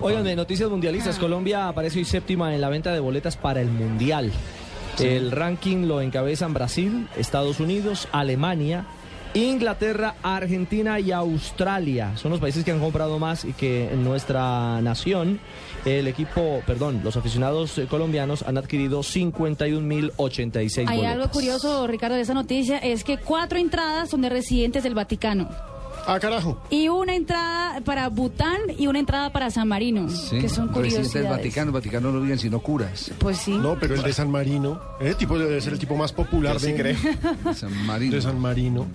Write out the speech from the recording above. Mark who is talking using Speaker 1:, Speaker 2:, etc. Speaker 1: Oigan, de noticias mundialistas, Colombia aparece hoy séptima en la venta de boletas para el Mundial. El ranking lo encabezan Brasil, Estados Unidos, Alemania, Inglaterra, Argentina y Australia. Son los países que han comprado más y que en nuestra nación el equipo, perdón, los aficionados eh, colombianos han adquirido 51.086
Speaker 2: Hay
Speaker 1: boletas.
Speaker 2: algo curioso, Ricardo, de esa noticia, es que cuatro entradas son de residentes del Vaticano.
Speaker 3: Ah, carajo.
Speaker 2: Y una entrada para Bután y una entrada para San Marino,
Speaker 4: Sí,
Speaker 2: que son curiosidades.
Speaker 4: residente del Vaticano, el Vaticano no lo viven sino curas.
Speaker 2: Pues sí.
Speaker 3: No, pero el de San Marino. Ese tipo debe ser el tipo más popular de,
Speaker 4: San Marino.
Speaker 3: de San Marino.